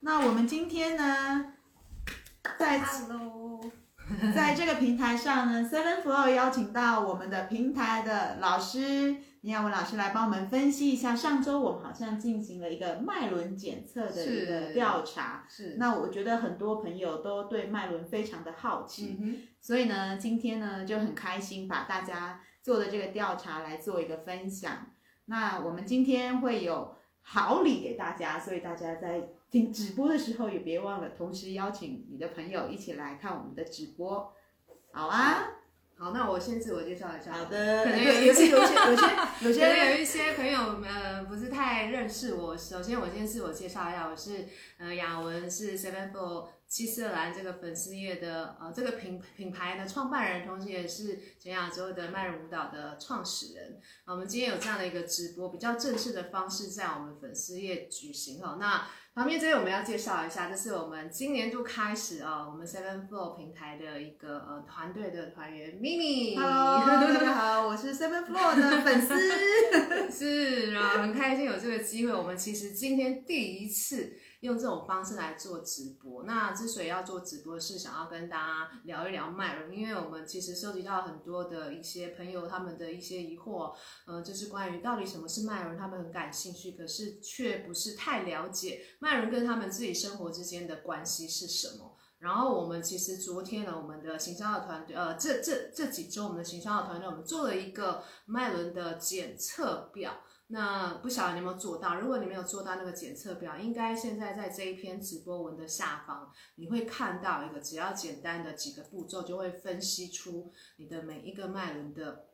那我们今天呢，在 Hello，在这个平台上呢，Seven Flow 邀请到我们的平台的老师倪亚文老师来帮我们分析一下。上周我们好像进行了一个脉轮检测的一个是调查，是，那我觉得很多朋友都对脉轮非常的好奇，嗯所以呢，今天呢就很开心把大家做的这个调查来做一个分享。那我们今天会有好礼给大家，所以大家在听直播的时候也别忘了，同时邀请你的朋友一起来看我们的直播，好啊？哼，好，那我先自我介绍一下。好，的，哎可能对有有些些有些有些有我觉 得些有一些朋友呃不是太认识我，首先我先自我介绍一下，我是呃雅文，是 Seven Four 七色兰这个粉丝业的呃这个品品牌的创办人，同时也是全亚洲的迈人舞蹈的创始人。啊我们今天有这样的一个直播，比较正式的方式在我们粉丝业举行哦。那旁边这边我们要介绍一下，这是我们今年度开始啊、我们 Seven Four 平台的一个呃团队的团员 Mimi。 Hello，大家好，我是 Seven Floor 的粉丝，是啊，很开心有这个机会。我们其实今天第一次用这种方式来做直播。那之所以要做直播，是想要跟大家聊一聊脉轮，因为我们其实收集到很多的一些朋友他们的一些疑惑，呃，就是关于到底什么是脉轮，他们很感兴趣，可是却不是太了解脉轮跟他们自己生活之间的关系是什么。然后我们其实昨天呢，我们的行销的团队，呃，这这这几周我们的行销的团队，我们做了一个脉轮的检测表。那不晓得你有没有做到？如果你没有做到那个检测表，应该现在在这一篇直播文的下方，你会看到一个，只要简单的几个步骤，就会分析出你的每一个脉轮的。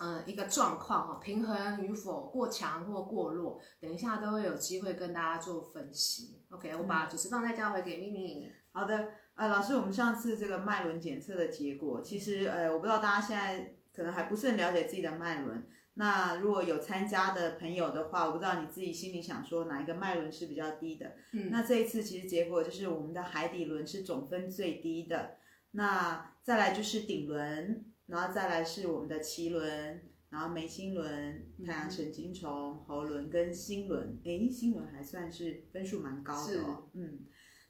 呃，一个状况哈，平衡与否，过强或过弱，等一下都会有机会跟大家做分析。OK，我把主持棒再交回给秘密。好的，呃，老师，我们上次这个脉轮检测的结果，其实呃，我不知道大家现在可能还不是很了解自己的脉轮。那如果有参加的朋友的话，我不知道你自己心里想说哪一个脉轮是比较低的。嗯那这一次其实结果就是我们的海底轮是总分最低的，那再来就是顶轮，然后再来是我们的脐轮，然后眉心轮、太阳神经丛、喉轮跟心轮。诶，心轮还算是分数蛮高的哦。嗯，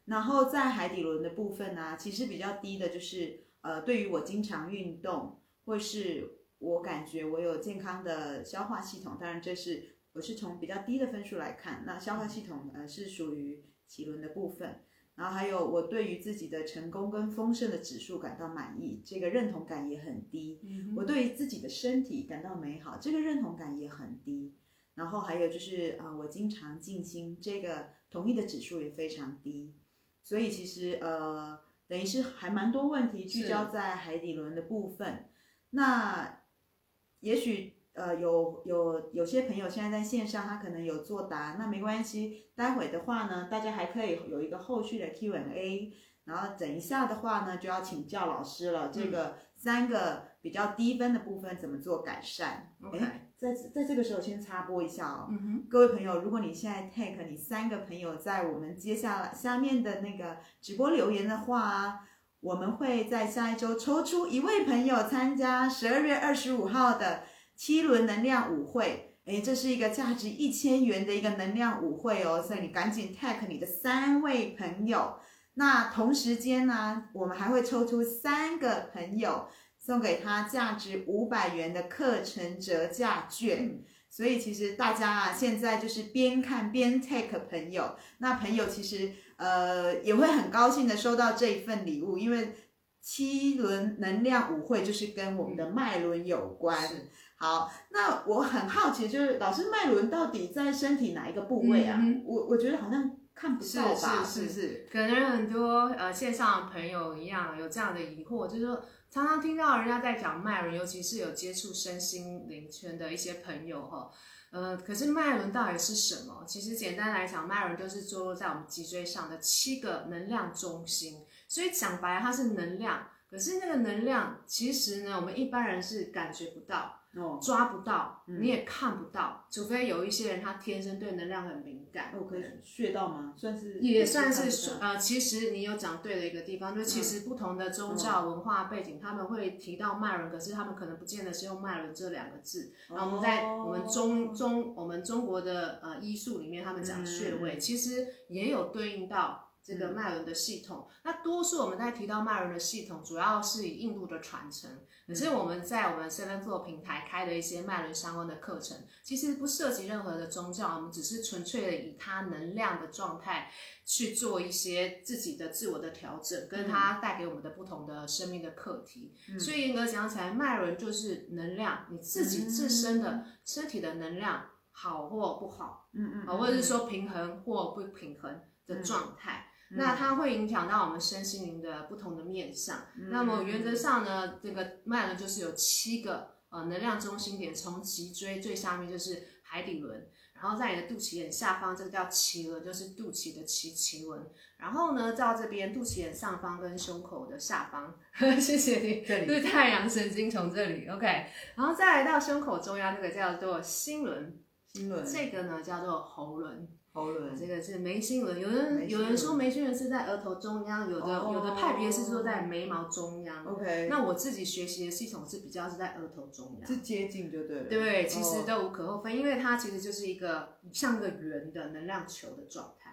然后在海底轮的部分呢、其实比较低的就是呃，对于我经常运动或是我感觉我有健康的消化系统，当然这是我是从比较低的分数来看。那消化系统呃是属于脐轮的部分，然后还有我对于自己的成功跟丰盛的指数感到满意，这个认同感也很低。嗯我对于自己的身体感到美好，这个认同感也很低。然后还有就是啊、呃我经常静心，这个同意的指数也非常低。所以其实呃，等于是还蛮多问题聚是焦在海底轮的部分。那也许呃有有有些朋友现在在线上，他可能有作答，那没关系。待会的话呢，大家还可以有一个后续的 Q&A，然后等一下的话呢，就要请教老师了。嗯这个三个比较低分的部分怎么做改善 OK 诶在这在这个时候先插播一下哦。嗯哼，各位朋友，如果你现在 take 你三个朋友在我们接下来下面的那个直播留言的话，啊我们会在下一周抽出一位朋友参加十二月二十五号的七轮能量舞会。诶，这是一个价值一千元的一个能量舞会哦，所以你赶紧 tag 你的三位朋友。那同时间呢，我们还会抽出三个朋友，送给他价值五百元的课程折价券。所以其实大家啊，现在就是边看边 take 朋友，那朋友其实呃也会很高兴的收到这一份礼物，因为七轮能量舞会就是跟我们的脉轮有关。是好，那我很好奇，就是老师脉轮到底在身体哪一个部位啊？嗯我我觉得好像看不到吧，是是不是？可能很多呃线上的朋友一样有这样的疑惑，就是说常常听到人家在讲脉轮，尤其是有接触身心灵圈的一些朋友哈，呃，可是脉轮到底是什么？其实简单来讲，脉轮就是坐落在我们脊椎上的七个能量中心，所以讲白了它是能量，可是那个能量其实呢，我们一般人是感觉不到。哦，抓不到，嗯你也看不到，除非有一些人他天生对能量很敏感。我可以穴道吗？算是也算是看说得到呃，其实你有讲对的一个地方，就是其实不同的宗教文化背景，他们会提到脉轮，可是他们可能不见得是用脉轮这两个字。然后我们在哦我们中中我们中国的呃医术里面，他们讲穴位，嗯其实也有对应到。这个脉轮的系统，那多数我们在提到脉轮的系统，主要是以印度的传承。嗯可是我们在我们 Seven Floor 平台开的一些脉轮相关的课程，其实不涉及任何的宗教，我们只是纯粹的以它能量的状态去做一些自己的自我的调整，跟它带给我们的不同的生命的课题。嗯所以严格讲起来，脉轮就是能量，你自己自身的身体的能量好或不好，嗯嗯，啊，或者是说平衡或不平衡的状态。嗯那它会影响到我们身心灵的不同的面向。嗯那么原则上呢，这个脉轮就是有七个呃能量中心点，从脊椎最下面就是海底轮，然后在你的肚脐眼下方，这个叫脐轮，就是肚脐的脐脐轮。然后呢，到这边肚脐眼上方跟胸口的下方， 谢谢你，这里对太阳神经从这里，OK，然后再来到胸口中央，这个叫做心轮，嗯心轮、这个呢叫做喉轮。啊喉轮这个是眉心轮，有眉人心有轮人说眉心轮是在额头中央，有的、哦有的派别是说在眉毛中央。 ，OK，那我自己学习的系统是比较是在额头中是央。接近就对了。对，其哦实都无可厚非，因为它其实就是一个像个圆的能量球的状态。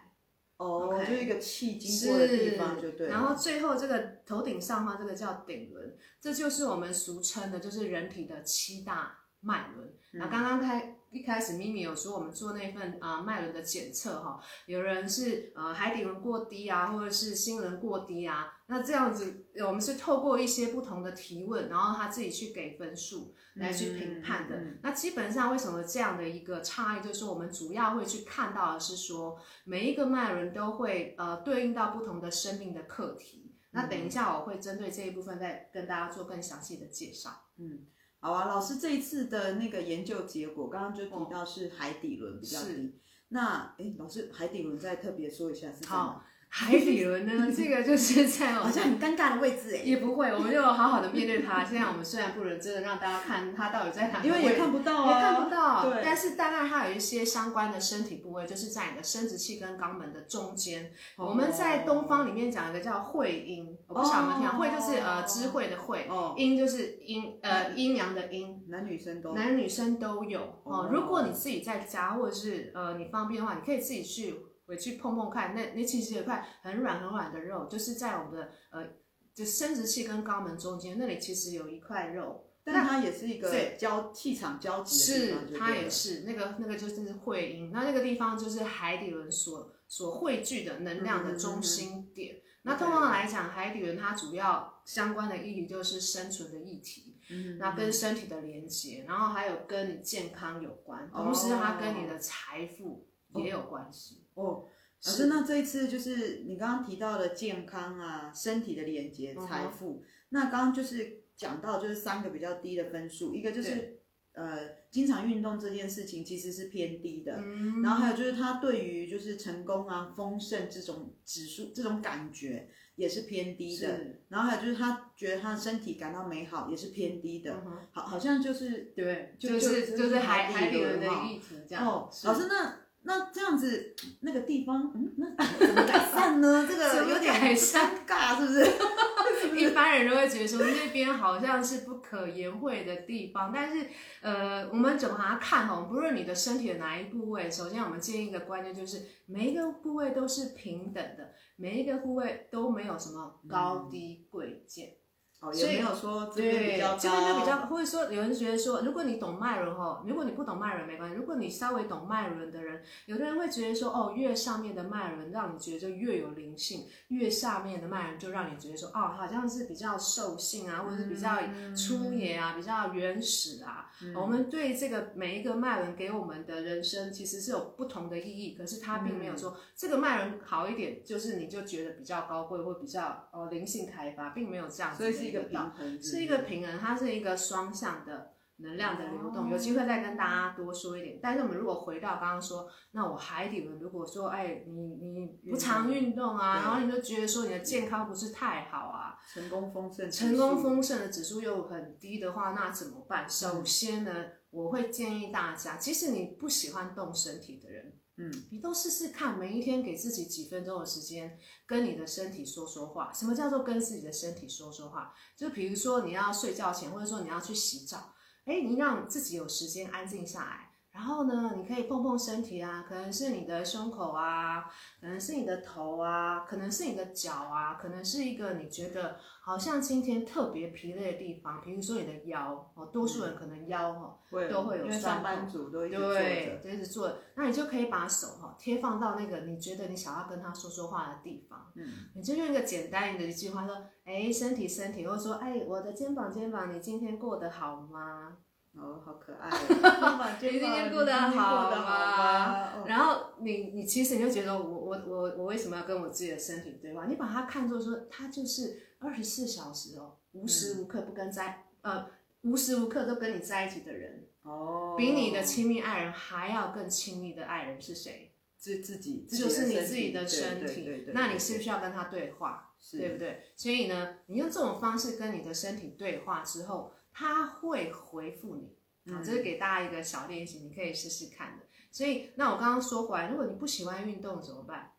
哦， OK 就一个气经过的地方就对了。然后最后这个头顶上方这个叫顶轮，这就是我们俗称的，就是人体的七大脉轮。嗯那啊刚刚开一开始，咪咪有说我们做那份啊脉轮的检测哈，有人是呃海底轮过低啊，或者是心轮过低啊，那这样子我们是透过一些不同的提问，然后他自己去给分数来去评判嗯的。嗯嗯那基本上为什么这样的一个差异，就是我们主要会去看到的是说每一个脉轮都会呃对应到不同的生命的课题。那等一下我会针对这一部分再跟大家做更详细的介绍。 好啊，老师这一次的那个研究结果，刚刚就提到是海底轮比较哦是低。那哎，老师海底轮再特别说一下是在好哪？海底轮呢，这个就是在我好们像很尴尬的位置也哎，不会，我们就好好的面对它。现在我们虽然不能真的让大家看它到底在哪个位哎因置，为也看不到也啊，看不到，对但是大概它有一些相关的身体部位，就是在你的生殖器跟肛门的中间。哦我们在东方里面讲一个叫会阴，我不晓得有没有听到，会就是呃知会的会，哦，阴就是阴呃阴阳的阴，男女生都男女生都有哦哦。如果你自己在家，或者是呃你方便的话，你可以自己去回去碰碰看。那那其实有一块很软很软的肉，就是在我们的呃就生殖器跟肛门中间那里，其实有一块肉，但它也是一个对交气场交集的地是方就对了它也是那个那个就是会阴，那那个地方就是海底轮所所汇聚的能量的中心嗯点。那通常来讲，海底轮它主要相关的议题就是生存的议题。嗯那跟身体的连接，然后还有跟你健康有关，同时它跟你的财富也有关系。哦，老是师，那这一次就是你刚刚提到的健康啊、身体的连接、嗯哼财富，那刚刚就是讲到就是三个比较低的分数，一个就是对呃经常运动这件事情其实是偏低的，嗯然后还有就是他对于就是成功啊、丰盛这种指数、这种感觉也是偏低的，是，然后还有就是他觉得他的身体感到美好也是偏低的，嗯哼好好像就是对，就就是就就是是海海海底底轮轮的哈议题这样。哦，是老师那。那这样子，那个地方，嗯，那怎么改善呢？这怎个么有点改善尴尬，是不 是？ 一般人都会觉得说那边好像是不可言会的地方，但是呃，我们怎么把它看好？不论你的身体的哪一部位，首先我们建议一个观念就是，每一个部位都是平等的，每一个部位都没有什么嗯高低贵贱。哦，也所以没有说这边对，比较高，这边就比较，或者说有人觉得说，哦如果你懂脉轮哦，如果你不懂脉轮没关系，如果你稍微懂脉轮的人，有的人会觉得说，哦，越上面的脉轮让你觉得就越有灵性，越下面的脉轮就让你觉得说，哦，好像是比较兽性啊，或者是比较嗯粗野啊，比较原始啊，嗯我们对这个每一个脉轮给我们的人生其实是有不同的意义，可是它并没有说、嗯这个脉轮好一点，就是你就觉得比较高贵或比较呃灵性开发，并没有这样子所以是的道理，一个平衡，是一个平衡，它是一个双向的能量的流哦动，有机会再跟大家多说一点。但是我们如果回到刚刚说，那我海底轮，如果说，哎，你你不常运动啊，对然后你就觉得说你的健康不是太好啊，成功丰盛，成功，丰盛的指数又很低的话，那怎么嗯办？首先呢，我会建议大家，即使你不喜欢动身体的人，嗯，你都试试看，每一天给自己几分钟的时间，跟你的身体说说话。什么叫做跟自己的身体说说话？就比如说你要睡觉前，或者说你要去洗澡，哎，你让自己有时间安静下来。然后呢，你可以碰碰身体啊，可能是你的胸口啊，可能是你的头啊，可能是你的脚啊，可能是一个你觉得好像今天特别疲累的地方，比如说你的腰哦，多数人可能腰哦会都会有因为酸上班族都一直坐对，着，就一直做。那你就可以把手哈贴放到那个你觉得你想要跟他说说话的地方，嗯，你就用一个简单的一句话说：“哎，身体身体”，或者说：“哎，我的肩膀肩膀，你今天过得好吗哦，好可爱哦， 你今天过得肩膀你今天过好得吗哦？”然后你你其实你就觉得我我我我为什么要跟我自己的身体对话？你把它看作说它就是二十四小时哦，无时无刻不跟在、嗯呃无时无刻都跟你在一起的人，哦，比你的亲密爱人还要更亲密的爱人是谁？自自己，自己就的是你身自己的对身对对体对，那对你是不对是要跟他对话，是对不对？所以呢，你用这种方式跟你的身体对话之后，他会回复你。啊、嗯这是给大家一个小练习，你可以试试看的。所以，那我刚刚说回来，如果你不喜欢运动怎么办？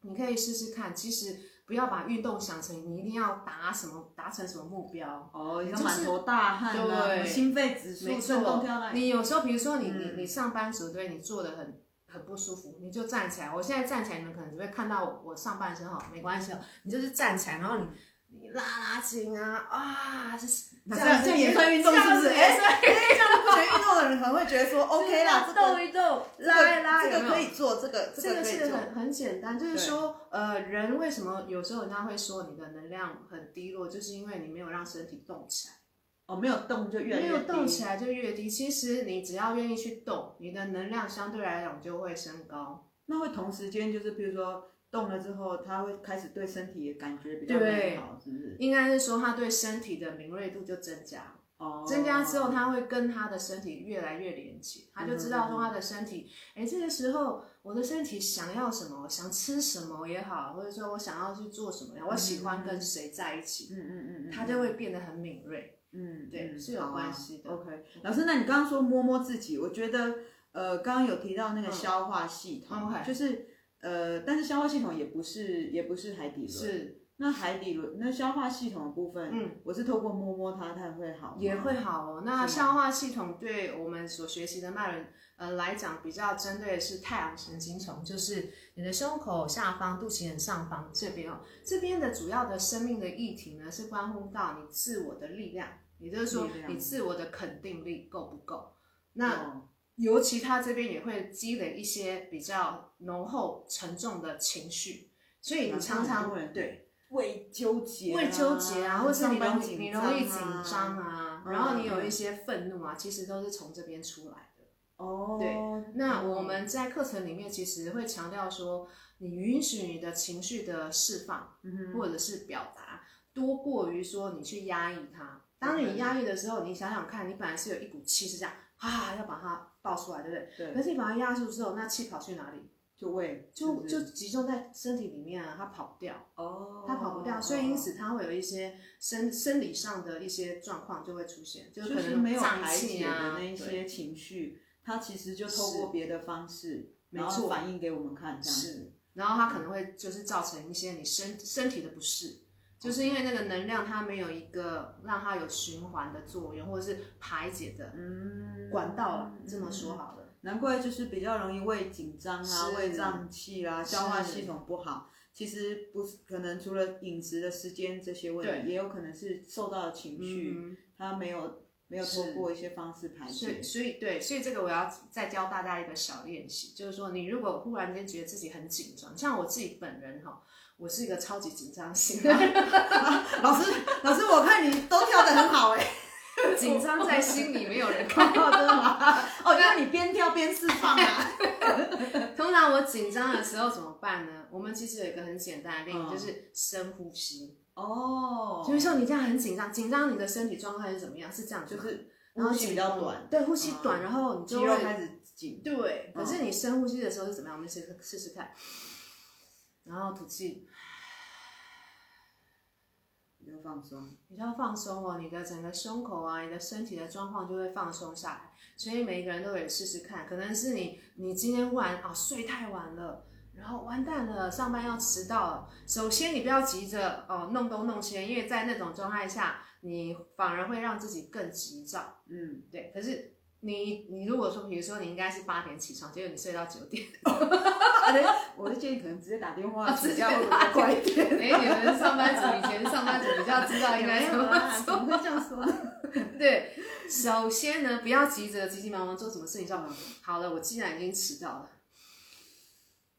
你可以试试看，其实不要把运动想成你一定要达什么达成什么目标，哦，你就要满是头大汗啊，对什么心肺指数没震动错跳那，里，你有时候比如说你嗯你你上班族对你坐的很很不舒服，你就站起来。我现在站起来，你们可能只会看到我我上半身哈，没关系哦，你就是站起来，然后你你拉拉筋啊啊，这是那这样这样也算运动是不是？哎，哎，所以这样不能运动的人可能会觉 得说 OK 啦，这动个一动，这个拉一拉，这有个没有可以做，这个这个个可以是做，很很简单，就是对说，呃，人为什么有时候人家会说你的能量很低落，就是因为你没有让身体动起来。哦，没有动就越来没越有动低起来就越低。其实你只要愿意去动，你的能量相对来讲就会升高。那会同时间就是，比如说动了之后，它会开始对身体也感觉比较对美好，是不是？应该是说，它对身体的敏锐度就增加，哦，增加之后，它会跟他的身体越来越连接，他就知嗯道说他的身体，哎、这个时候我的身体想要什么，想吃什么也好，或者说我想要去做什么呀，我喜欢跟谁在一嗯起，嗯嗯嗯，他就会变得很敏锐。嗯，嗯对嗯是有好啊关系的 OK，老师，那你刚刚说摸摸自己，我觉得呃，刚刚有提到那个嗯消化系统， OK 就是呃，但是消化系统也不是也不是海底轮，是那海底轮那消化系统的部分，嗯，我是透过摸摸它，它会好吗，也会好哦。那是消化系统对我们所学习的脉轮呃来讲，比较针对的是太阳神经丛，就是你的胸口下方、肚脐眼上方这边哦。这边的主要的生命的议题呢，是关乎到你自我的力量，也就是说力量你自我的肯定力够不够。那哦。尤其他这边也会积累一些比较浓厚、沉重的情绪，所以你常很常多人对。胃纠结啊，会纠结啊，或是上你班容易你容易紧啊张啊，嗯然后你有一些愤怒啊，其实都是从这边出来的。哦，对那我们在课程里面其实会强调说，你允许你的情绪的释放嗯哼或者是表达，多过于说你去压抑它。当嗯你压抑的时候，你想想看，你本来是有一股气是这样啊，要把它爆出来，对不对？可对，是你把它压住之后，那气跑去哪里？就胃就就就集中在身体里面啊，它跑不掉。哦，它跑不掉，所以因此它会有一些生生理上的一些状况就会出现，就就是可是能没有胀排气解啊的那一对些情绪，它其实就透过是别的方式，没然后错反映给我们看，这样是，然后它可能会就是造成一些你身身体的不适，就是因为那个能量它没有一个让它有循环的作用，或者是排解的嗯，管道了，这么说嗯。好了，难怪就是比较容易胃紧张啊、是胃胀气啦、是消化系统不好。其实不是，可能除了饮食的时间这些问题，对也有可能是受到的情绪，嗯，它没有没有是通过一些方式排所以解。所以对，所以这个我要再教大家一个小练习，就是说你如果忽然间觉得自己很紧张，像我自己本人哈，我是一个超级紧张型的人。老师，老师，我看你都跳得很好哎、紧张在心里，没有人看 到。真的吗？哦，因为你边跳边释放 啊。 通常我紧张的时候怎么办呢？我们其实有一个很简单的练嗯习，就是深呼吸。哦，就是说你这样很紧张，紧张你的身体状态是怎么样？是这样子就吗，是然后呼吸比较短，对，呼吸短，嗯然后你就肌肉会开始紧，对，可嗯是你深呼吸的时候是怎么样？我们试试试试看，然后吐气，比较放松。比较放松哦，你的整个胸口啊，你的身体的状况就会放松下来。所以每一个人都得试试看，可能是你你今天忽然啊睡太晚了。然后完蛋了，上班要迟到了。首先，你不要急着哦、弄东弄西，因为在那种状态下，你反而会让自己更急躁。 嗯，对，可是你你如果说，比如说你应该是八点起床，结果你睡到九点， 啊对我就建议可能直接打电话，啊直接比较比打较快一哎、点。你们上班族以前上班族比较 知道应该怎么啊怎做。么会这样说？ 对，首先呢，不要急着急急忙忙做什么事情上。好了，我既然已经迟到了，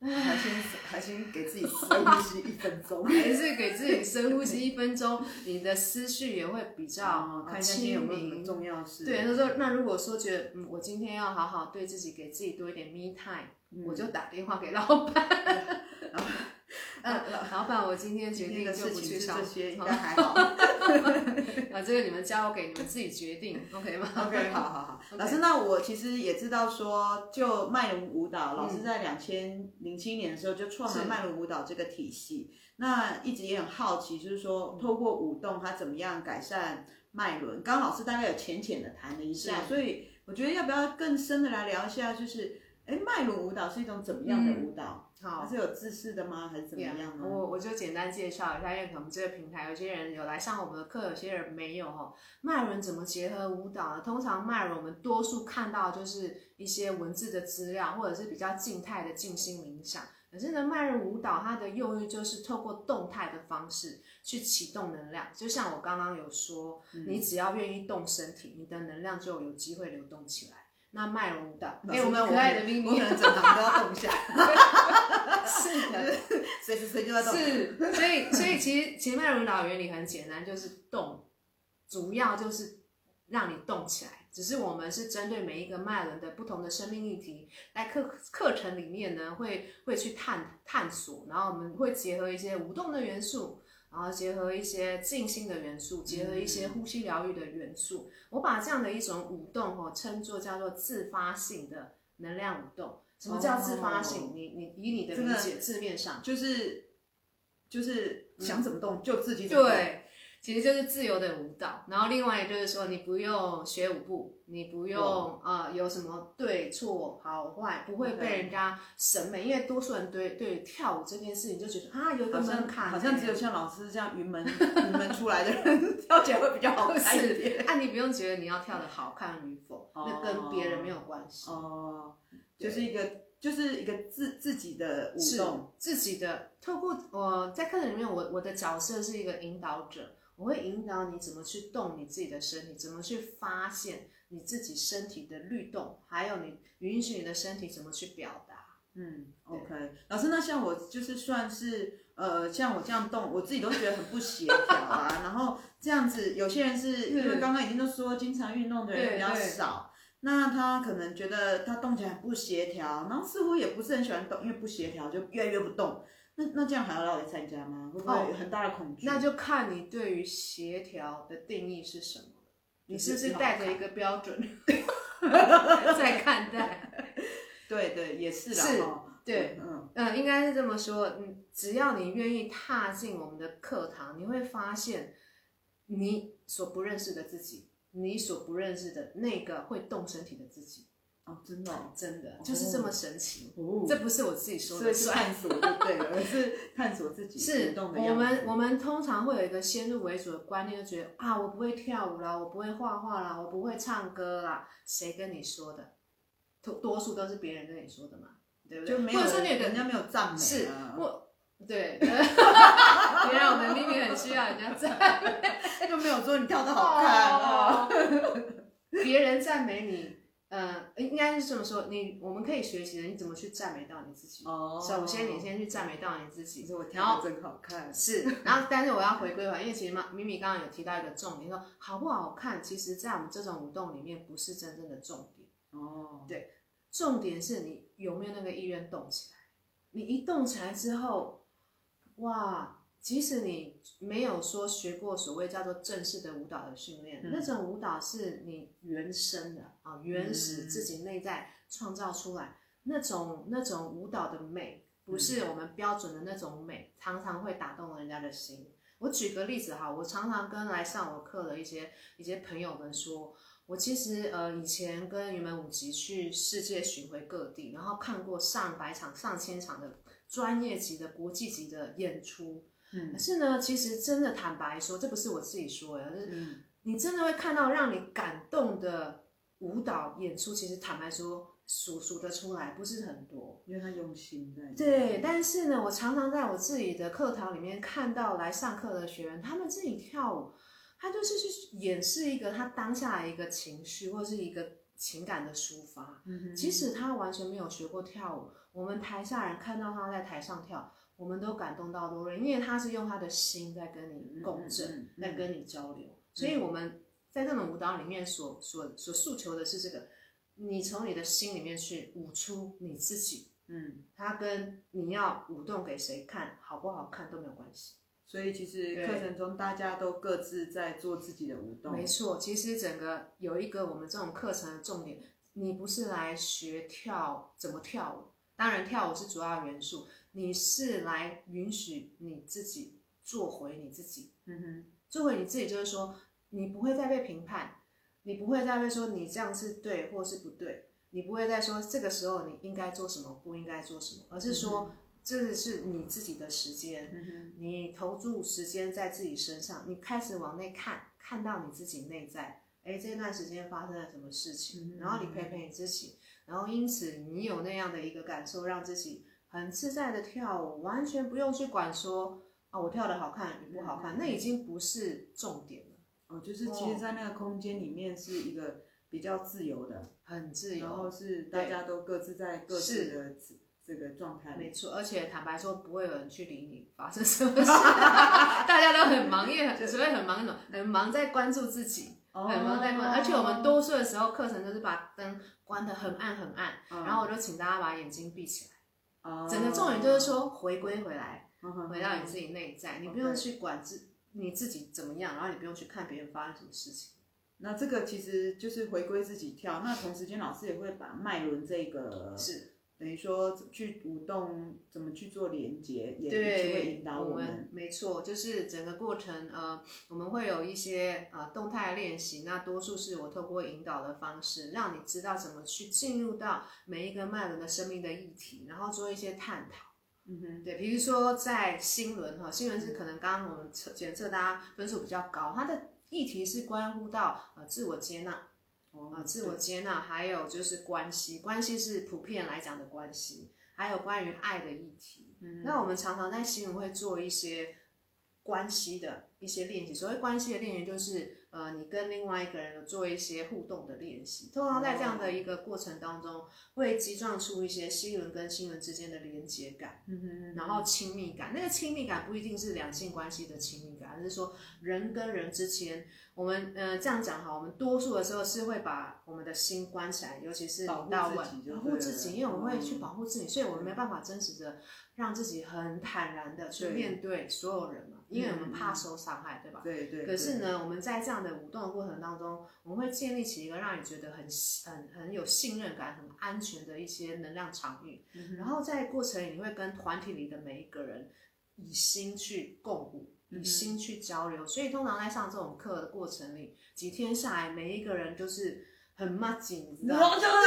还先还先给自己深呼吸一分 钟。还是给自己深呼吸一分钟，你的思绪也会比较哦看一下今天有清没有什明么。重要事。对，那时候那如果说觉得嗯，我今天要好好对自己，给自己多一点 me time，、嗯，我就打电话给老板。 嗯呃老老板，我今天决今天定的就事不去情是上这些，应好该还好。啊，这个你们交给你们自己决定 ，OK 吗 OK，好好好。 OK 老师，那我其实也知道说，就麦伦舞蹈，老师嗯在两千零七年的时候就创了是麦伦舞蹈这个体系。那一直也很好奇，就是说嗯透过舞动，它怎么样改善脉轮？刚刚老师大概有浅浅的谈了一下，是所以我觉得要不要更深的来聊一下，就是。哎，脉轮舞蹈是一种怎么样的舞蹈？它好，是有姿势的吗？还是怎么嗯 Yeah，哦样呢？我我就简单介绍一下，因为可能我们这个平台有些人有来上我们的课，有些人没有哦。脉轮怎么结合舞蹈呢？通常脉轮我们多数看到就是一些文字的资料，或者是比较静态的静心冥想。可是呢，脉轮舞蹈它的用意就是透过动态的方式去启动能量，就像我刚刚有说，嗯你只要愿意动身体，你的能量就有机会流动起来。那脉轮舞蹈，老哎、师我们那可爱的咪我咪可，能整堂都要动一下， 是的，随时随地都在动。是，所以所以其实其实麦伦岛原理很简单，就是动，主要就是让你动起来。只是我们是针对每一个脉轮的不同的生命议题，在课课程里面呢，会会去探探索，然后我们会结合一些舞动的元素，然后结合一些静心的元素，结合一些呼吸疗愈的元素。我把这样的一种舞动哦，称作叫做自发性的能量舞动。什么叫自发性？哦你你以你的真理的解字面上。就是就是想怎么动就自己怎么动。嗯对，其实就是自由的舞蹈。然后另外就是说，你不用学舞步，你不用呃有什么对错好坏，不会 OK 被人家审美，因为多数人对对于跳舞这件事情就觉得啊有一个好门像槛欸，好像只有像老师这样云门云门出来的人跳起来会比较好看一点。 是，啊，你不用觉得你要跳的好看与否，哦那跟别人没有关系。哦，对就是一个就是一个自自己的舞是动，自己的，透过我在课程里面，我我的角色是一个引导者，我会引导你怎么去动你自己的身体，怎么去发现你自己身体的律动，还有你允许你的身体怎么去表达。嗯，OK，老师，那像我就是算是呃，像我这样动，我自己都觉得很不协调啊。 然后这样子，有些人是因为嗯刚刚已经都说，经常运动的人对比较对少，那他可能觉得他动起来很不协调，然后似乎也不是很喜欢动，因为不协调就越来越不动。那那这样还要来参加吗？会不会哦有很大的恐惧？那就看你对于协调的定义是什么了你是不就是是带着一个标准 在看待？对对，也是啦。是齁对，嗯，嗯，应该是这么说。嗯，只要你愿意踏进我们的课堂，你会发现你所不认识的自己，你所不认识的那个会动身体的自己，哦，真的哦，真的就是这么神奇。哦这不是我自己说所以的是算，探索就对了，而是探索自己是行动的我样子。们我们通常会有一个先入为主的观念，就觉得啊，我不会跳舞啦，我不会画画啦，我不会唱歌啦，谁跟你说的？多多数都是别人跟你说的嘛，对不对？就没有或者说你有个人家没有赞美、啊，是我我 对，别让我们明明很需要人家赞美， 就没有说你跳的好哦看啊。 别人赞美你，呃，应该是这么说，你我们可以学习的，你怎么去赞美到你自己？哦首先，你先去赞美到你自你己。说我跳的真好看，是，然后但是我要回归回来，因为其实嘛，咪咪刚刚有提到一个重点，说好不好看，其实在我们这种舞动里面不是真正的重点，哦，对重点是你有没有那个意愿动起来。你一动起来之后，哇，即使你没有说学过所谓叫做正式的舞蹈的训练，嗯那种舞蹈是你原生的啊，原始自己内在创造出来、那种那种舞蹈的美，不是我们标准的那种美，常常会打动人家的心。我举个例子哈，我常常跟来上我课的一些一些朋友们说，我其实呃以前跟云门舞集去世界巡回各地，然后看过上百场、上千场的专业级的、国际级的演出。可嗯是呢，其实真的坦白说，这不是我自己说的，是嗯你真的会看到让你感动的舞蹈演出，其实坦白说数数得出来，不是很多。因为他用心在。对，，但是呢，我常常在我自己的课堂里面看到来上课的学员，他们自己跳舞，他就是去掩饰一个他当下的一个情绪或是一个情感的抒发。嗯哼即使他完全没有学过跳舞，我们台下人看到他在台上跳，我们都感动到落泪，因为他是用他的心在跟你共振。嗯嗯嗯嗯在跟你交流。所以我们在这种舞蹈里面所所所诉求的是这个，你从你的心里面去舞出你自己，嗯，它跟你要舞动给谁看、好不好看都没有关系。所以其实对课程中大家都各自在做自己的舞动，没错，其实整个有一个我们这种课程的重点，你不是来学跳怎么跳舞，当然跳舞是主要元素，你是来允许你自己做回你自己，嗯哼，做回你自己，就是说你不会再被评判，你不会再被说你这样是对或是不对，你不会再说这个时候你应该做什么，不应该做什么，而是说这是你自己的时间，嗯哼，你投注时间在自己身上，你开始往内看，看到你自己内在，哎，这段时间发生了什么事嗯情，然后你陪陪你自己，然后因此你有那样的一个感受，让自己很自在的跳舞，完全不用去管说啊我跳的好看与不嗯好看，那已经不是重点了，哦，就是其实，在那个空间里面是一个比较自由的，很自然后由。是大家都各自在各自的这这个状态没里，错，而且坦白说，不会有人去理你发生什么 事，大家都很忙，也很所谓很忙那种，很忙在关注自己，哦很忙在关，而且我们多数的时候课程都是把灯关得很暗很暗，嗯然后我就请大家把眼睛闭起来。哦整个重点就是说回归回来，嗯哼回到你自己内在，你不 OK 用去管自你自己怎么样，然后你不用去看别人发生什么事情。那这个其实就是回归自己跳，那同时间老师也会把脉轮这个是，等于说去舞动怎么去做连接，也是会对引，导我们。没错，就是整个过程，呃，我们会有一些呃动态练习，那多数是我透过引导的方式，让你知道怎么去进入到每一个脉轮的生命的议题，然后做一些探讨。嗯哼，对，比如说在新轮哈，新轮是可能刚刚我们测检测大家分数比较高，它的议题是关乎到呃自我接纳啊、哦呃自我接纳，还有就是关系，关系是普遍来讲的关系，还有关于爱的议题。嗯那我们常常在新闻会做一些关系的一些练习，所谓关系的练习就是呃，你跟另外一个人有做一些互动的练习，通常在这样的一个过程当中，会激撞出一些新轮跟新轮之间的连接感。嗯哼，然后亲密感，那个亲密感不一定是两性关系的亲密感，而是说人跟人之间，我们呃这样讲哈，我们多数的时候是会把我们的心关起来，尤其是保护到自晚己就保对护自了己，因为我们会去嗯保护自己，所以我们没办法真实的让自己很坦然的去对面对所有人嘛，因为我们嗯怕受伤害，对吧？对对，可是对，呢，我们在这样的舞动的过程当中，我们会建立起一个让你觉得很很很有信任感、很安全的一些能量场域。嗯哼然后在过程里你会跟团体里的每一个人以心去共舞，嗯哼以心去交流。所以通常在上这种课的过程里，几天下来，每一个人就是很 m a 你知道然后吗？就是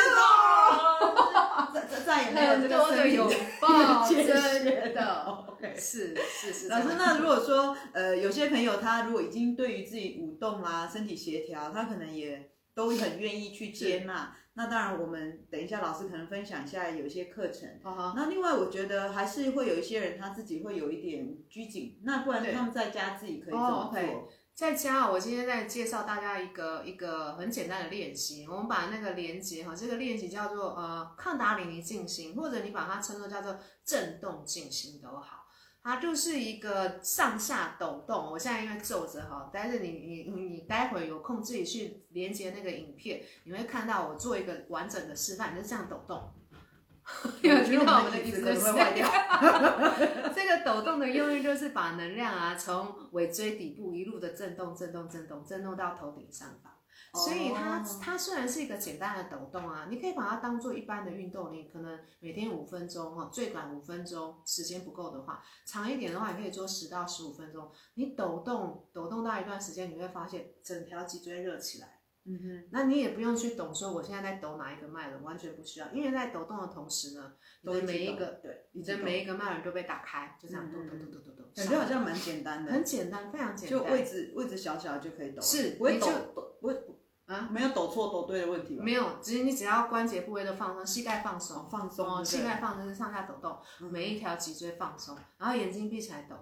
哦，再再再也没有很这多个的身体拥 抱，界真限的 OK 是是是。老师，这样那如果说呃，有些朋友他如果已经对于自己舞动啊、身体协调，他可能也都很愿意去接纳。那当然，我们等一下老师可能分享一下有一些课程。好好那另外，我觉得还是会有一些人他自己会有一点拘谨，那不然对他们在家自己可以怎么哦，OK 做？在家，啊我今天在介绍大家一个一个很简单的练习，我们把那个连接哈，这个练习叫做呃抗达里尼静心，或者你把它称作叫做震动静心都好，它就是一个上下抖动。我现在因为皱着哈，但是你你你你待会有空自己去连接那个影片，你会看到我做一个完整的示范，你就这样抖动， 有听到我们的椅椅子子可的能会声坏音掉。 这个抖动的用意就是把能量啊，从尾椎底部一路的震动、震动、震动，震动到头顶上方。所以它、哦它虽然是一个简单的抖动啊，你可以把它当做一般的运动，你可能每天五分钟哈，最短五分钟，时间不够的话，长一点的话，你可以做十到十五分钟。你抖动抖动到一段时间，你会发现整条脊椎热起来。嗯哼，那你也不用去懂说我现在在抖哪一个脉轮，完全不需要，因为在抖动的同时呢，你的每一个对，你的每一个脉轮都被打开，就这样咚咚咚咚咚咚，感觉好像蛮简单的，很简单，非常简就位单。置位置小小就可以抖了，是不会你抖就抖不会啊没有抖错抖对的问题吧？没有，只是你只要关节部位都放松，膝盖放松，放松哦，对不对膝盖放松，上下抖动，嗯每一条脊椎放松，然后眼睛闭起来抖，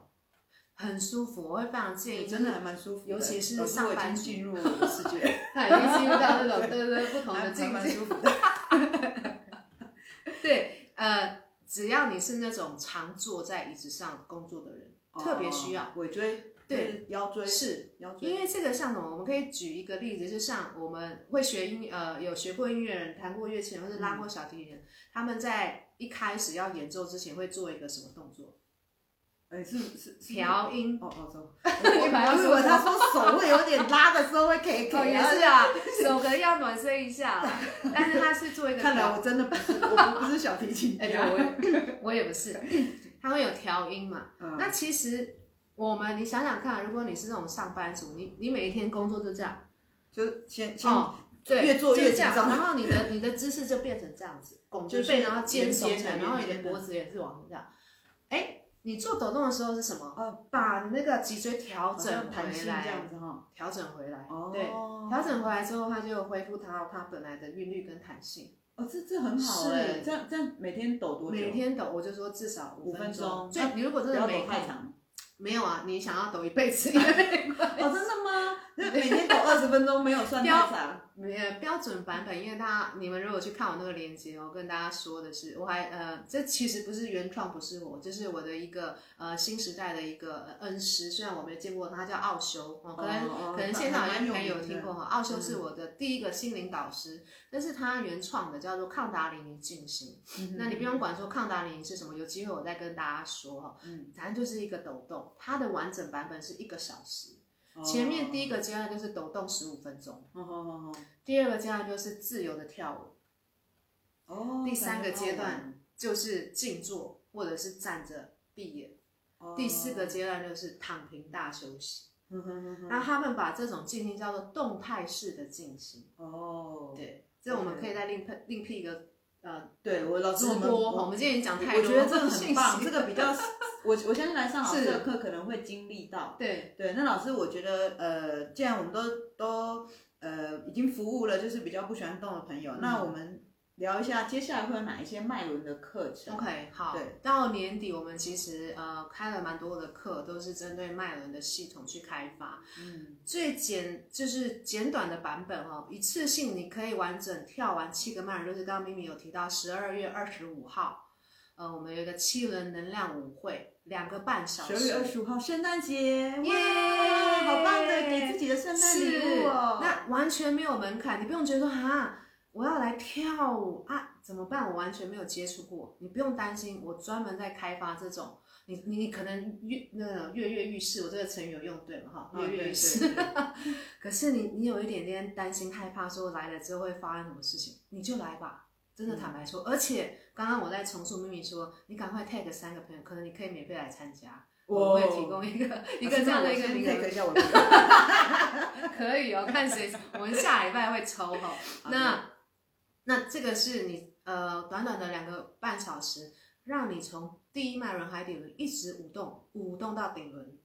很舒服。我会非常建议，真 的还蛮舒服的，尤其是老师我上已班经族进入我的世 界，他已经进入到那种对对对不同还的还境蛮界。 舒服的。对，呃，只要你是那种常坐在椅子上工作的人，特别需要哦。尾椎，对，腰椎是腰椎，因为这个像什么？我们可以举一个例子，就像我们会学音呃有学过音乐人、弹过乐器人或者拉过小提琴人，他们在一开始要演奏之前会做一个什么动作？哎是是是调音。哦哦走， 你把它我以说为 他说手会有点拉的时候会 K 哦， K，也 是啊，手可能要暖身一下啦。但是他是做一个看来调我真的不是，我不是小提琴哎、对家。我也我也不是，他会有调音嘛。 嗯那其实我们，你想想看，如果你是那种上班族，你你每一天工作就这样，就先先哦，对，越做越就这样，紧张然后你的你的姿势就变成这样子，拱着就是背，然后肩耸连起接的来，然后你连接的的脖子也是往这样。哎，你做抖动的时候是什么？哦，把那个脊椎调好像整弹回性这样来，子哈。调整回来，哦，对。调整回来之后，它就恢复它它本来的韵律跟弹性。哦，这这很好是哎，这样这样每天抖多久？每天抖，我就说至少五分钟啊最你如果真不的要抖没空太， 长。没有啊，你想要抖一辈子也 没关系。哦，真的吗？ 那每天抖二十分钟没有算太长。没有标准版本，因为大家你们如果去看我那个链接，我跟大家说的是，我还呃，这其实不是原创，不是我，就是我的一个呃新时代的一个呃恩师，虽然我没有见过他，他叫奥修，哦，可能、哦哦可能现场有些朋友蛮有名的听过哈，奥修是我的第一个心灵导师，但是他原创的叫做抗达林尼静心，嗯那你不用管说抗达林尼是什么，有机会我再跟大家说哈，嗯反正就是一个抖动，它的完整版本是一个小时，哦前面第一个，个阶段就是抖动十五分钟。嗯哦哦第二个阶段就是自由的跳舞，哦哦，第三个阶段就是静坐或者是站着闭眼，哦，第四个阶段就是躺平大休息。嗯哼哼哼那他们把这种静心叫做动态式的静心，哦，对，这我们可以再另辟另辟一个呃对，我老师直我们播哈，我我们今天已经讲太我多，觉得这个很信棒，息这个比 较，我我相信来上老师的是课可能会经历到。对对，那老师，我觉得呃，既然我们都都呃已经服务了，就是比较不喜欢动的朋友，嗯那我们聊一下接下来会有哪一些脉轮的课程。 OK，好对，到年底我们其实呃开了蛮多的课，都是针对脉轮的系统去开发。嗯，最简就是简短的版本哦，一次性你可以完整跳完七个慢，就是刚刚咪咪有提到十二月二十五号，呃，我们有一个七轮能量舞会，两个半小十时。二月二十五号圣诞节，耶哇，好棒的，给自己的圣诞礼物哦。是那完全没有门槛，你不用觉得说哈，我要来跳舞啊，怎么办？我完全没有接触过，你不用担心，我专门在开发这种。你你你可能跃那跃跃欲试，我这个成语有用对吗？哈，嗯跃对跃欲试。 可是你你有一点点担心害怕，说来了之后会发生什么事情，你就来吧。真的嗯坦白说，而且刚刚我在重述秘密说，你赶快 tag 三个朋友，可能你可以免费来参加，我会提供一个一啊个这样的一个名额 take。一下 我的课。可以哦，看谁，我们下礼拜会抽哦。好的那那这个是你呃短短的两个半小时，让你从第一脉轮海底轮一直舞动，舞动到顶轮。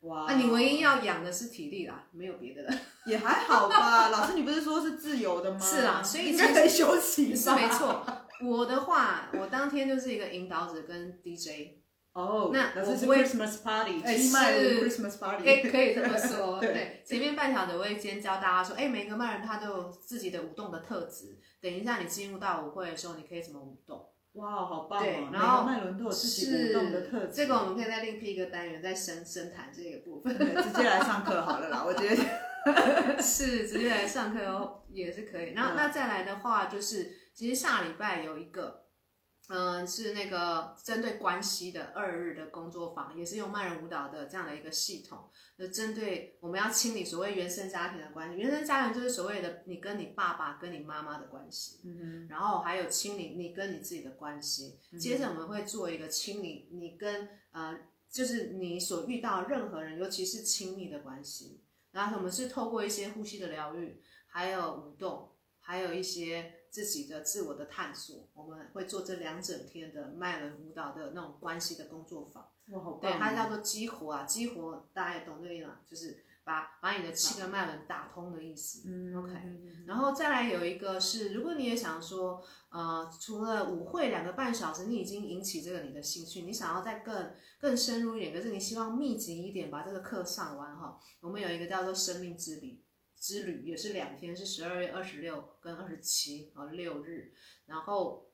哇，啊，你唯一要养的是体力啦，没有别的 了。也还好吧？老师，你不是说是自由的吗？是啊所以应其该实可以休息是吧？没。错。我的话，我当天就是一个引导者跟 DJ，哦，那老师我是不会 Christmas party，哎七脉轮是 Christmas party，也可以这么 说。对对，前面半小时我会先教大家说，哎，每个脉轮它都有自己的舞动的特质。等一下你进入到舞会的时候，你可以怎么舞动？哇，好棒哦！对每然后个脉轮都有自己是舞动的特质，这个我们可以再另辟一个单元再深深谈这个 部分。对直接来上课好了啦。我觉 得是，直接来上课哦，也是可以。然后、嗯那再来的话，就是其实下礼拜有一个嗯、是那个针对关系的二日的工作坊，也是用慢人舞蹈的这样的一个系统，就针对我们要清理所谓原生家庭的关系，原生家庭就是所谓的你跟你爸爸跟你妈妈的关系，嗯然后还有清理你跟你自己的关系。接着我们会做一个清理你跟呃，就是你所遇到任何人，尤其是亲密的关系。然后我们是透过一些呼吸的疗愈，还有舞动，还有一些自己的自我的探索，我们会做这两整天的脉轮舞蹈的那种关系的工作坊。哼，哇，好棒对，哦！它叫做激活啊，激活大家也懂这个意思吗？就是把把你的七个脉轮打通的意思。嗯 OK 嗯然后再来有一个是，如果你也想说，呃，除了舞会两个半小时，你已经引起这个你的兴趣，你想要再更更深入一点，可是你希望密集一点把这个课上完哈。我们有一个叫做生命之旅之旅，也是两天，是十二月二十六跟二十七啊六日，然后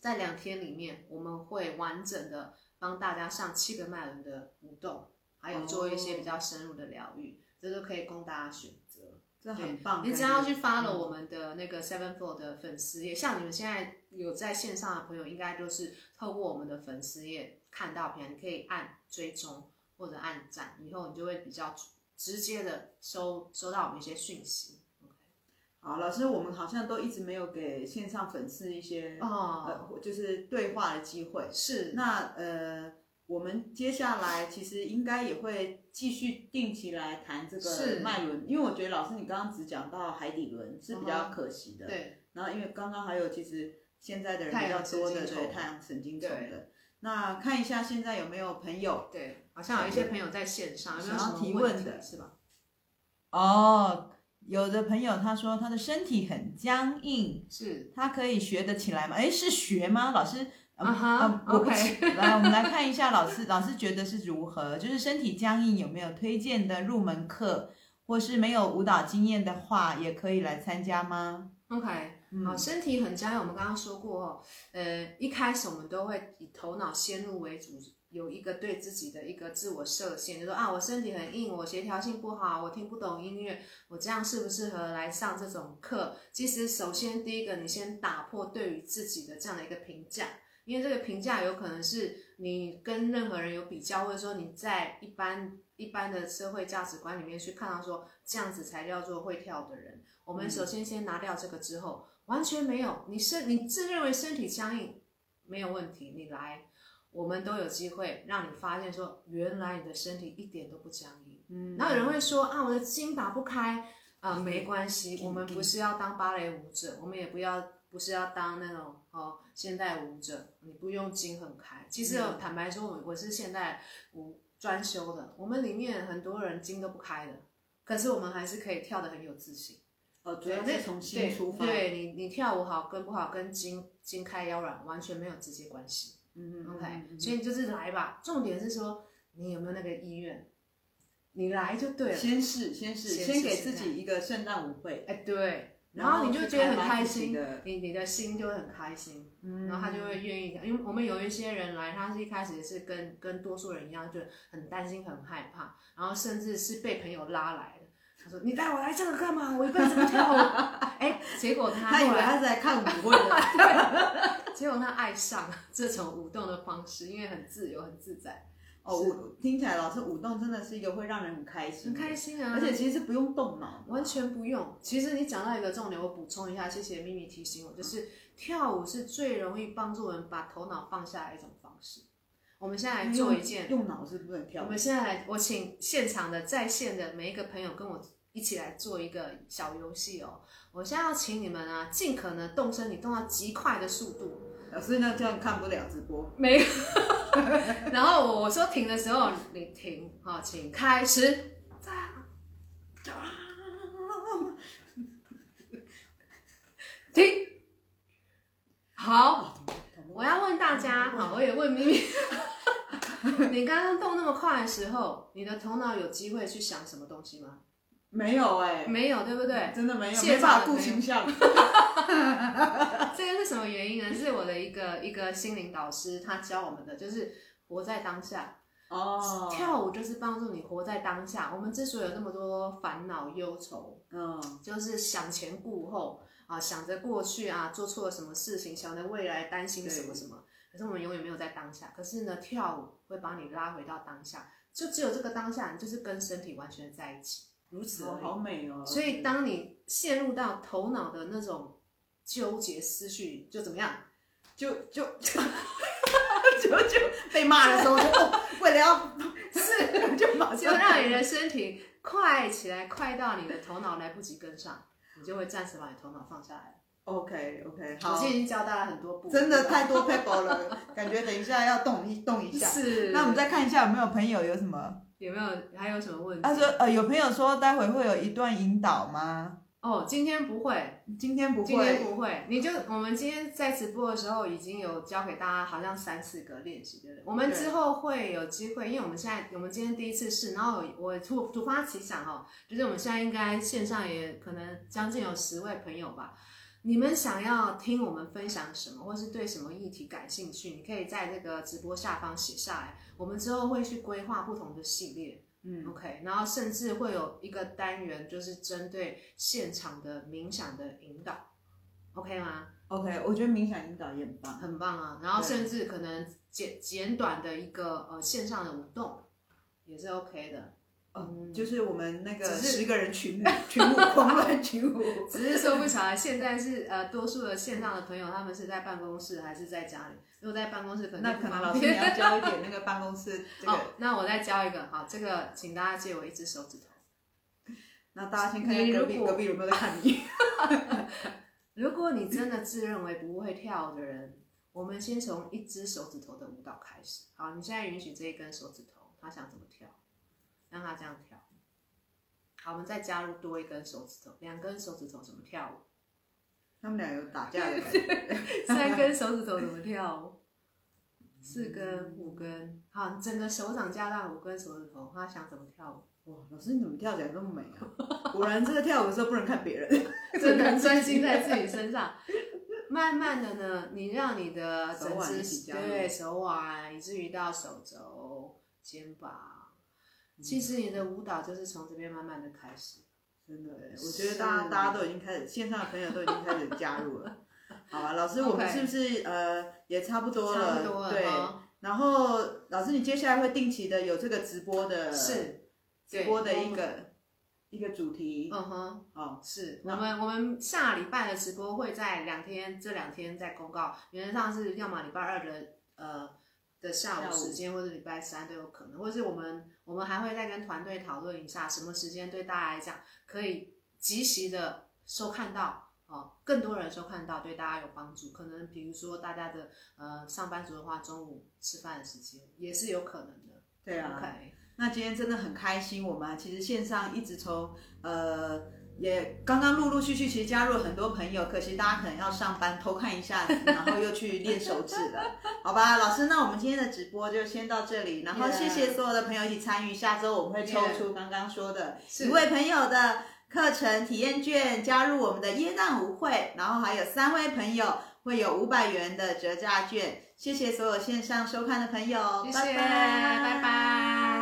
在两天里面，我们会完整的帮大家上七个脉轮的舞动，还有做一些比较深入的疗愈，这都可以供大家选择。这很棒。你只感要觉嗯去 follow 我们的那个 Seven Four 的粉丝页，像你们现在有在线上的朋友，应该就是透过我们的粉丝页看到平台，你可以按追踪或者按赞，以后你就会比较直接的收收到我们一些讯息。好，老师，我们好像都一直没有给线上粉丝一些、哦，呃，就是对话的机会。是，那呃，我们接下来其实应该也会继续定期来谈这是个脉轮，因为我觉得老师你刚刚只讲到海底轮是比较嗯哼可惜的，对，然后因为刚刚还有其实现在的人太比较阳神多的经对丛太阳神经丛对的，那看一下现在有没有朋友对，好像有一些朋友在线上，有没有什想要么提问问题的是吧？哦。有的朋友他说他的身体很僵硬，是，他可以学得起来吗？哎，是学吗？老师，嗯啊哈嗯我不 OK 知来，我们来看一下老师，老师觉得是如何？就是身体僵硬有没有推荐的入门课，或是没有舞蹈经验的话，也可以来参加吗？ OK，嗯好，身体很僵硬，我们刚刚说过哦，呃，一开始我们都会以头脑先入为主，有一个对自己的一个自我设限，就说啊，我身体很硬，我协调性不好，我听不懂音乐，我这样适不适合来上这种课？其实，首先第一个，你先打破对于自己的这样的一个评价，因为这个评价有可能是你跟任何人有比较，或者说你在一般一般的社会价值观里面去看到说这样子才叫做会跳的人。我们首先先拿掉这个之后，完全没有，你身你自认为身体僵硬没有问题，你来，我们都有机会让你发现说，原来你的身体一点都不僵硬。嗯然后有人会说啊，我的筋打不开啊、没关嗯系，我们不是要当芭蕾舞者，我们也不要不是要当那种哦现代舞者，你不用筋很开。其实嗯坦白说，我我是现代舞专修的，我们里面很多人筋都不开的，可是我们还是可以跳得很有自信。哦，主对，要是从对心出发，对你，你跳舞好跟不好跟筋筋开腰软完全没有直接关系。嗯嗯 OK，、嗯所以你就是来吧，重点是说你有没有那个意愿，你来就对了。先试先试，先先试给试自看己一个圣诞舞会，哎，对，然然后后你就去觉得开很发开自己心的，你你的心就会很开心。嗯然后他就会愿意，因为我们有一些人来，他是一开始也是跟跟多数人一样，就很担心、很害怕，然后甚至是被朋友拉来的。他说：“你带我来这个干嘛？我一辈子不跳舞。” 哎，结果他他以后为来他是来看舞会 的，结果他爱上了这种舞动的方式，因为很自由、很自在，哦，舞听起来老师舞动真的是一个会让人很开心的，很开心啊！而且其实是不用动脑的，完全不用。其实你讲到一个重点，我补充一下，谢谢秘密提醒我，就是跳舞是最容易帮助人把头脑放下来的一种方式。我们现在来做一件用脑是不能跳我的们现在来，我请现场的在线的每一个朋友跟我一起来做一个小游戏哦。我现在要请你们啊，尽可能动身体动到极快的速度，老师那这样看不了直播，没有。然后我说停的时候，你停，好，请开始。停。好，我要问大家，好，我也问咪 咪，你刚刚动那么快的时候，你的头脑有机会去想什么东西吗？没有哎、没有，对不对？ 真的没有，现没办法场的顾没有形 象。这个是什么原因呢？是我的一个一个心灵导师他教我们的，就是活在当下。哦，跳舞就是帮助你活在当下。我们之所以有那么多烦恼忧愁，嗯，就是想前顾后啊，想着过去啊，做错了什么事情，想着未来担心什么什么。可是我们永远没有在当下。可是呢，跳舞会把你拉回到当下，就只有这个当下，你就是跟身体完全在一起，如此哦而已。好美哦。所以当你陷入到头脑的那种纠结思绪，就怎么样？ 就就 就就被骂的时候就，哦，为了要 是就马 就上让你的身体快起来，快到你的头脑来不及跟上，你就会暂时把你头脑放下来。 OK OK 我好现在，已经教大家很多步，真的太 多 paper 了，感觉等一下要动一动一下。是。那我们再看一下有没有朋友有什么？有没有还有什么问题？他说呃，有朋友说待会会有一段引导吗？哦，今天不会，今天不今天会，不会，你就我们今天在直播的时候已经有教给大家，好像三四个练习，对不对？我们对之后会有机会，因为我们现在我们今天第一次试，然后我突突发奇想哦，就是我们现在应该线上也可能将近有十位朋友吧。你们想要听我们分享什么，或是对什么议题感兴趣，你可以在这个直播下方写下来。我们之后会去规划不同的系列，嗯， OK，然后甚至会有一个单元，就是针对现场的冥想的引导，OK 吗？ OK，我觉得冥想引导也很棒。很棒啊！然后对甚至可能简简短的一个呃线上的舞动也是 OK 的，哦嗯，就是我们那个只是十个人 群舞，群舞狂乱群舞。只是说不晓得现在是呃多数的线上的朋友他们是在办公室还是在家里，如果在办公室可能 那就可不能方老师便你要教一点那个办公室这个，哦，那我再教一个，好，这个请大家借我一只手指头。那大家先看看你隔如壁果隔壁有没有在看 你。如果你真的自认为不会跳的人，我们先从一只手指头的舞蹈开始。好，你现在允许这一根手指头，他想怎么跳，让他这样跳。好，我们再加入多一根手指头，两根手指头怎么跳舞？他们俩有打架的感觉。三根手指头怎么跳舞？四根、五根，好，整个手掌加大五根手指头，他想怎么跳舞？哇，老师你怎么跳起来这么美啊？果然这个跳舞的时候不能看别人， 真的很专心在自己身 上。慢慢的呢，你让你的手整腕一起只加入对手腕，以至于到手肘、肩膀，嗯其实你的舞蹈就是从这边慢慢的开始。真的耶，我觉得大家大家都已经开始，线上的朋友都已经开始加入了。好吧，老师，我们 OK 是不是呃也差不多差了？不多了对。哈然后老师，你接下来会定期的有这个直播的，是，直对播的一个一个主题。嗯哼，哦，是那我们我们下礼拜的直播会在两天，这两天再公告，原则上是要么礼拜二的呃的下下午午时间，或者礼拜三都有可能，或是我们我们还会再跟团队讨论一下，什么时间对大家来讲可以及时的收看到。哦，更多人收看到，对大家有帮助。可能比如说大家的呃上班族的话，中午吃饭的时间也是有可能的。对啊。 OK，那今天真的很开心，我们啊其实线上一直从呃也刚刚陆陆续续，其实加入了很多朋友，可惜大家可能要上班偷看一下，然后又去练手指了，好吧？ 老师，那我们今天的直播就先到这里，然后 Yeah 谢谢所有的朋友一起参与，下周我们会抽 Yeah 出刚刚说的是一位朋友的课程体验券，加入我们的耶诞舞会，然后还有三位朋友会有五百元的折价券，谢谢所有线上收看的朋友，谢谢，拜拜拜。